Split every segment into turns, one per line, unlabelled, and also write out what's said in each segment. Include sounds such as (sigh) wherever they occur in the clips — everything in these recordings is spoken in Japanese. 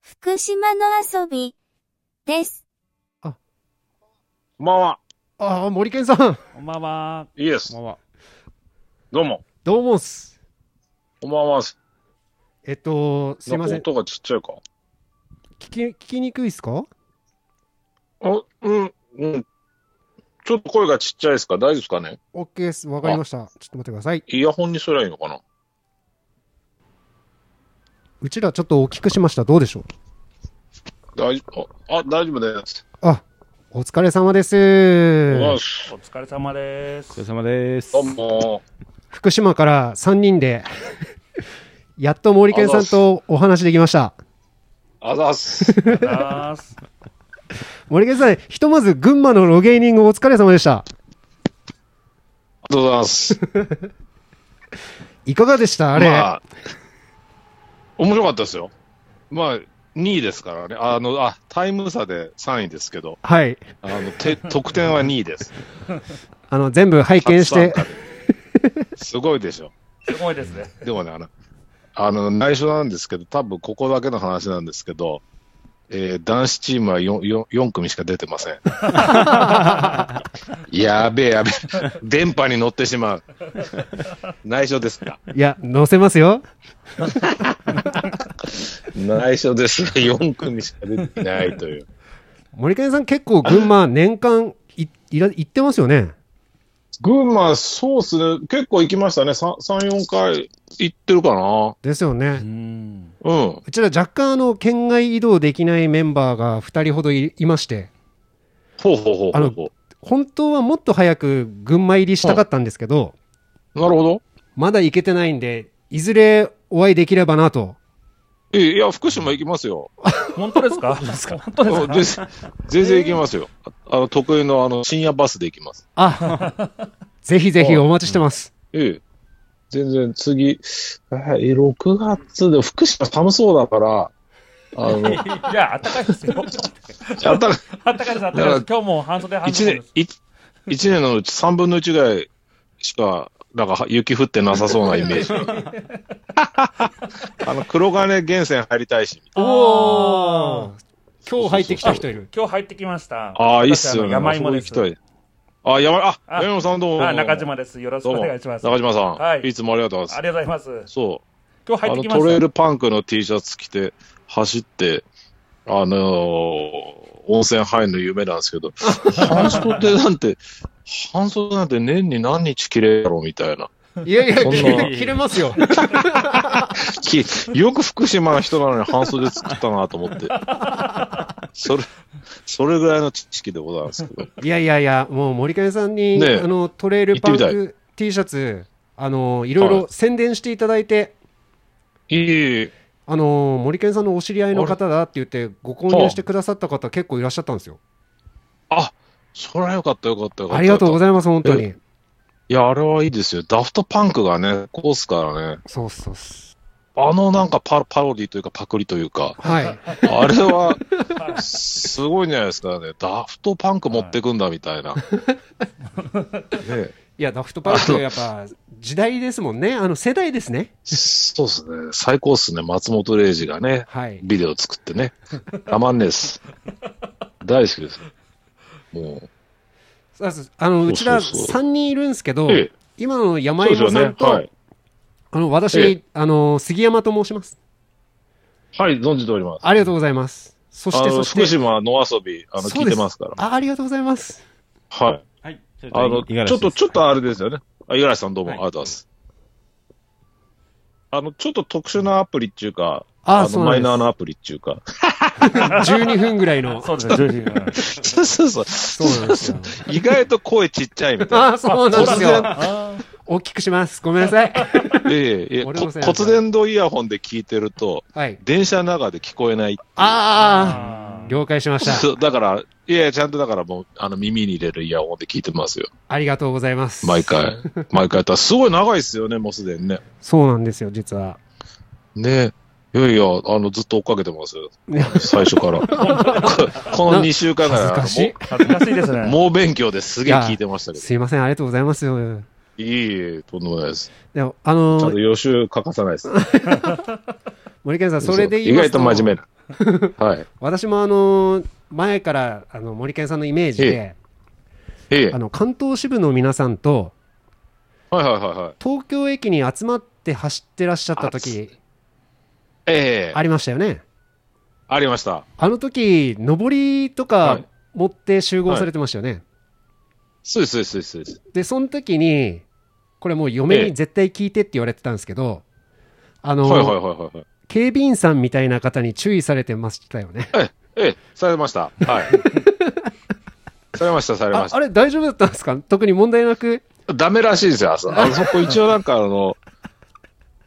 福島の遊びです。
こんばんは。
ああ、森健さん。 (laughs)
こんばんは。
いいで
こ
す
んば。んは。
どうも。
どうもっす。
こんばんは。
えっと、すいません。
なんか音がちっちゃいか。
聞き、聞きにくいっすか
あ、うん、うん。ちょっと声がちっちゃいですか大丈夫ですかね
?OK です。わかりました。ちょっと待ってください。
イヤホンにすりゃいいのかな
うちらちょっと大きくしました。どうでしょう
大丈夫、あ、あ大丈夫です。
あ、お疲れ様で。
おはようございますす
お疲れ様です。
お疲れ様です。
どうも。
福島から3人で、 (laughs) やっと森健さんとお話できました。
あざっす。
お疲れ様です。
森健さん、ひとまず群馬のロゲーニングお疲れ様でした。
ありがとうございます。
いかがでしたあれ、
まあ、面白かったですよ。まあ、2位ですからね。あの、あ、タイム差で3位ですけど、
はい。
あの、て得点は2位です。
あの、全部拝見して、
初参加ですごいでしょ。
すごいですね。
でもね、あの、あの内緒なんですけど、多分ここだけの話なんですけど、えー男子チームは 4, 4, 組しか出てませ (laughs) ん。やべえやべえ。電波に乗ってしまう。内緒ですが。
いや、載せますよ。
内緒ですが、4組しか出てないという。
森健さん結構群馬年間いいら行ってますよね。
群馬、そうっすね。結構行きましたね。3、4回行ってるかな。
ですよね。
うん。
うん。
うちら若干あの県外移動できないメンバーが2人ほどいいまして
ほうほうほう
あ
ほう
の
ほ
本当はもっと早く群馬入りしたかったんですけど、
う。なるほど。
まだ行けてないんでいずれお会いできればなと
いいいや、福島行きますよ。
本当ですか本当です
あ
か
全全然行きますよ。あの、得意のあの、深夜バスで行きます。
あ (laughs) ぜひぜひお待ちしてます、
ええ。全然次、えー、6月で、福島寒そうだから、あ
(laughs)
の、や
いや、あったかいですよ。
ったら、
あったかいです、あったかいです。今日も半袖半
一
袖で
年
す。、
一一年のうち3分の1ぐらいしか、なんかは雪降ってなさそうなイメー
(laughs)
ジ。あの、黒金源泉入りたいし。
おお今日入ってきた人いる
今日入ってきました。
あ
(laughs)
あ、いいっすよ
私あの
ね。
山芋です
そ。こ行きたい。あ、山、あ、
あ
山芋さんどうも。
あ、中島です。よろしく
どう
お
も。
願いします。あ
中
り
島さん。
はい
いつもありがとうござい
が
ます。
とうございます。
そう。
今日入
あ
って
の
きまし
ト
た。
レイルパンクの T シャツ着て、走って、あのー温泉入るの夢なんですけど、半袖なんて、半袖なんて年に何日着れるやろみたいな。
いやいや
そんな
切れますよ
きよく福島の人なのに半袖作ったなと思って。それ、それぐらいの知識でございますけど。
いやいやいやもう森上さんに、
ねえ
あのトレイルパン
行って
ク T シャツあのいろい
は
ろ宣伝していただいて、
いい、
あのー森健さんのお知り合いの方だって言って、ご購入してくださった方、結構いらっしゃったんですよ。
あ、そりゃよかったよかったよかった。
ありがとうご
い
ざいます、本当に。
いや、あれはいいですよ。ダフトパンクがね、こうっすからね。
そうそうっす。
あのなんかパパロディというかパクリというか。
はい。
あれは、
はい
すごいんじゃないですかね。ダフトパンク持ってくんだみたいな。ねえ
いや、ダフトパンクはやっぱ、時代ですもんね。あの、世代ですね。
そうですね。最高っすね。松本零士がね、
はい。
ビデオ作ってね。たまんねえっす。大好きです。もう、
そうそうあの、うちら
そうそうそ
3
う
人いるんですけど
ええ、
今の山
そうです
芋
よ
さん
ね。は
と
い、。
あの、
え
私、あの、杉山と申します。
はい、存じております。
ありがとうございます。そし
あ
て、そ
の福
して、
島の遊び、あの、
そう
聞
です
いてますから。
あありがとうございます。
はい。
はい。ちょっ
あの、
と、
ちょっと、ちょっとあれですよね。あ、五十嵐さんどうも、
はい
ありがとうございます。あの、ちょっと特殊なアプリっていうか、
あ
あ
そ
の、
うなんで
マ
す
イナーなアプリっていうか、 (laughs)
12分ぐらいの。
そうですね、10時。
そうそう (laughs) そう。
そうなんですよ。
意外と声ちっちゃいみたい
(laughs) ああ、そうなんですよ。大きくします。ごめんなさい。
な。いえいえいえ、こ
俺のせいだ
骨伝導イヤホンで聞いてると、
はい。
電車の中で聞こえない。
あ
あ
あ、了解しました。
そうだから、いやいや、ちゃんとだからもう、あの、耳に入れるイヤホンで聞いてますよ。
ありがとうございます。(laughs)
毎回。毎回。ただすごい長いですよね、もうすでにね。
そうなんですよ、実は。
ねいやいや、あの、ずっと追っかけてますよ。最
(laughs)
初から。ここの2週間ぐらい
恥ずかしい
あ。
恥ずかしいですね。
のもう猛勉強ですげえ聞いてましたけど。
すいません、ありがとうございますよ。
いえいえ、とんでもないです。
でも、あ
ちゃん
の
と予習欠かさないです。
森健さん、それで言
意
いま
外
す
と
と
真面目な。はい。
私もあのー前からあの森健さんのイメージで、
ええ。
あの関東支部の皆さんと
はいはいはいはい。
東京駅に集まって走ってらっしゃった時
ええ。
ありましたよね。
ありました。
あの時上りと
は
か
い
持って集合されてましたよね。
そうです、そうです、そうです。
でその時にこれもう嫁に絶対聞いてって言われてたんですけど、あのー
はいはいはいはいはい。
警備員さんみたいな方に注意されてましたよね。
ええ、されました。はい。
(laughs)
されました、されま
あ
し
あれ大丈夫だったんですか特に問題なく。
た。ダメらしいですよ、あそあそこ一応なんかあの、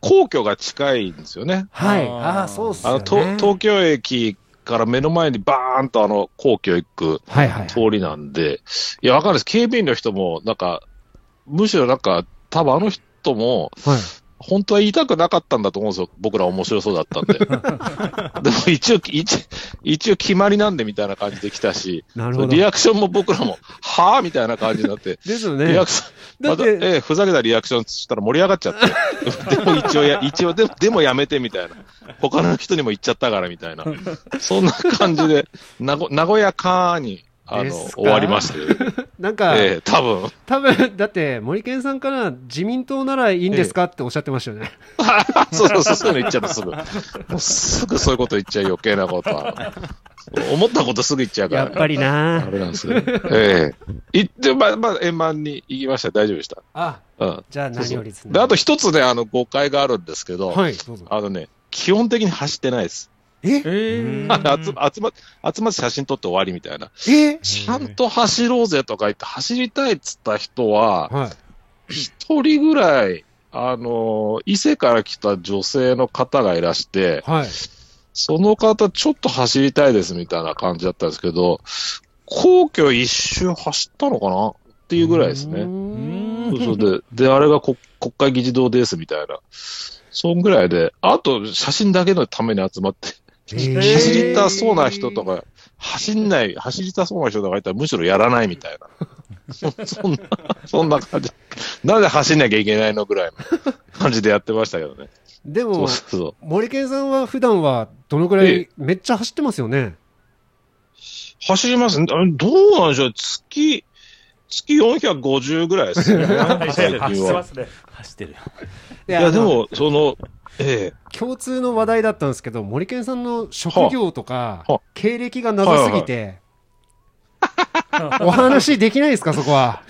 皇居が近いんですよね。
はい。
あー
ああー、そうっす
あ
よ
の、
ね。
と東京駅から目の前にバーンとあの、皇居行く
はいはい。
通りなんで、いや、わかんないです。警備員の人も、なんか、むしろなんか、多分あの人も、
はい
本当は言いたくなかったんだと思うんですよ。僕ら面白そうだった
(laughs)
んで。でも一応、一応一応決まりなんでみたいな感じで来たし、
なるほど。
リアクションも僕らも、はぁみたいな感じになって、
ですよ
リ
ね
ア。クション、
だ
ま、
ったて
ええふざけたリアクションしたら盛り上がっち
(laughs)
ゃって、でも一応や、一応でも、でもやめてみたいな。他の人にも言っちゃったからみたいな。そんな感じで、なご、和やかに、あ
で
の、
すか
終わりましたよ。
(laughs) なんか、
ええ多分。 (laughs)
多分、だって、森健さんから自民党ならいいんですかっておっしゃってましたよね。
そうそうそう、そういうの言っちゃうとすぐ。もうすぐそういうこと言っちゃう余計なことは。思ったことすぐ言っちゃうか
やっ
ら。
ぱりな
あれなんですね。ええ行って、まあ、まあ、円満に行きました。大丈夫でした。
あ、
うん。
じゃあ何よりですね。
で、あと一つね、あの、誤解があるんですけど、
はい、どうぞ。
あのね、基本的に走ってないです。
ええ
え
(laughs) 集ま集ま集まって写真撮って終わりみたいな。ちゃんと走ろうぜとか言って、走りたいっつった人は、
はい。
一人ぐらい、あの、伊勢から来た女性の方がいらして、
はい。
その方、ちょっと走りたいですみたいな感じだったんですけど、皇居一周走ったのかなっていうぐらいです
う
ね。
ーん
そうそうで、で、あれがこ国会議事堂ですみたいな。そんぐらいで、あと写真だけのために集まって、
え
へー
走
ー
りたそうな人とか、走んない、走りたそうな人とかいたらむしろやらないみたい (laughs) な。そそんな、そんな感じ。なんで走んなきゃいけないのぐらいの感じでやってましたけどね。
で
そ
も
う、そうそう。
森健さんは普段はどのくら
え
い、めっちゃ走ってますよね。
走りますね。あどうなんでしょう。月、月450ぐらいです (laughs) よね。最近
走ってま
は。
すね。
走ってるよ。
い
いや、で、も、その、ええ
共通の話題だったんですけど、森健さんの職業とか
はあはあ、
経歴が謎すぎて、お話できないですか、そこ
(laughs)
は。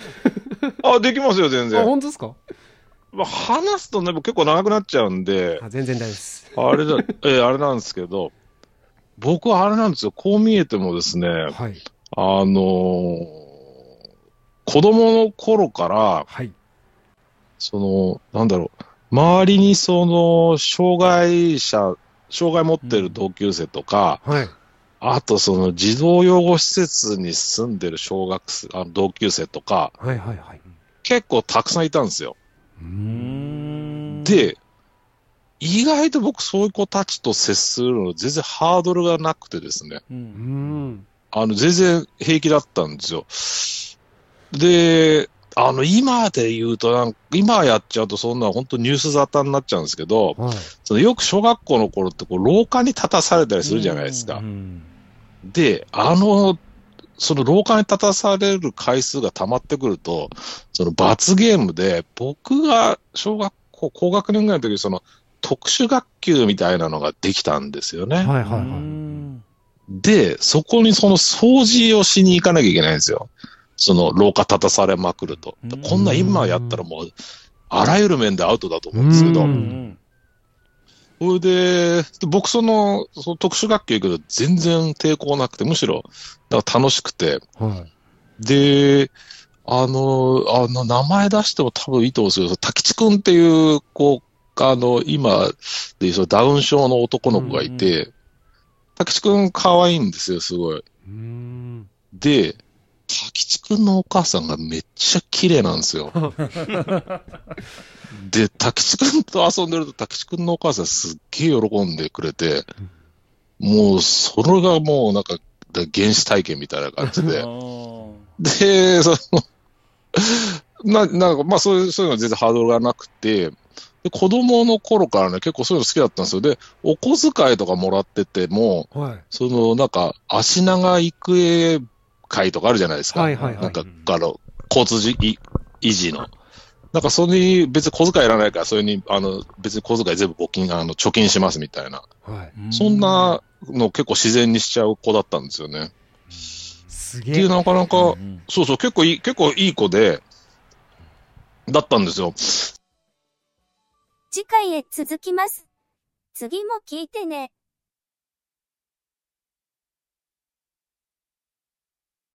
あ、できますよ、全
あ
然。
本当ですか
まあ、話すとね、結構長くなっちゃうんで、
あ全然大丈夫です。
あれだ、ええあれなんですけど、僕はあれなんですよ。こう見えてもですね、あ
はい。
のー子供の頃から、
はい。
その、なんだろう、周りにその、障害者、障害持ってる同級生とか、
はい。
あと、その児童養護施設に住んでる小学生、あの同級生とか、
はいはいはい。
結構たくさんいたんですよ。
う
うー
ん
ん。
で、意外と僕、そういう子たちと接するの、全然ハードルがなくてですね、
う
うんん。
あの、全然平気だったんですよ。で、あの、今で言うとなんか、今やっちゃうと、そんな本当ニュース沙汰になっちゃうんですけど、
はい。
そのよく小学校の頃って、こう、廊下に立たされたりするじゃないですか。
うん
で、あの、その廊下に立たされる回数が溜まってくると、その罰ゲームで、僕が小学校、高学年ぐらいの時にその特殊学級みたいなのができたんですよね。
はいはいは
う
い。
ん
で、そこにその掃除をしに行かなきゃいけないんですよ。その廊下立たされまくると。
うん
こんなん今やったらもう、あらゆる面でアウトだと思うんですけ
う
ど、
ん
うん
それで、で僕その、その特殊学級行くと全然抵抗なくて、むしろ、なんか楽しくて、
はい。
で、あの、あの、名前出しても多分いいと思うんですけど、滝地くんっていう、こう、あの、今でいうそのダウン症の男の子がいて、滝地くん可愛いんですよ、すごい。
うん。
で、滝地くんのお母さんがめっちゃ綺麗なんですよ。で、滝地くんと遊んでると、滝地くんのお母さんすっげえ喜んでくれて、もう、それがもうなんか、だ原始体験みたいな感じで
(laughs)
あ。ー
で、その、な、なんか、まあ、そういう、そういうのは全然ハードルがなくて、でで子供の頃からね、結構そういうの好きだったんですよ。で、お小遣いとかもらってても、
はい。
その、なんか、足長育英会とかあるじゃないですか。
はいはいはい
なんか、あの、交通じい維持の。なんか、それに、別に小遣いいらないから、それに、あの、別に小遣い全部募金、あの、貯金しますみたいな。
はい。
そんなの結構自然にしちゃう子だったんですよね。
す
って
げ
い
え
う、。なかなか、
うん
そうそう、結構いい、結構いい子で、だったんですよ。
次回へ続きます。次も聞いてね。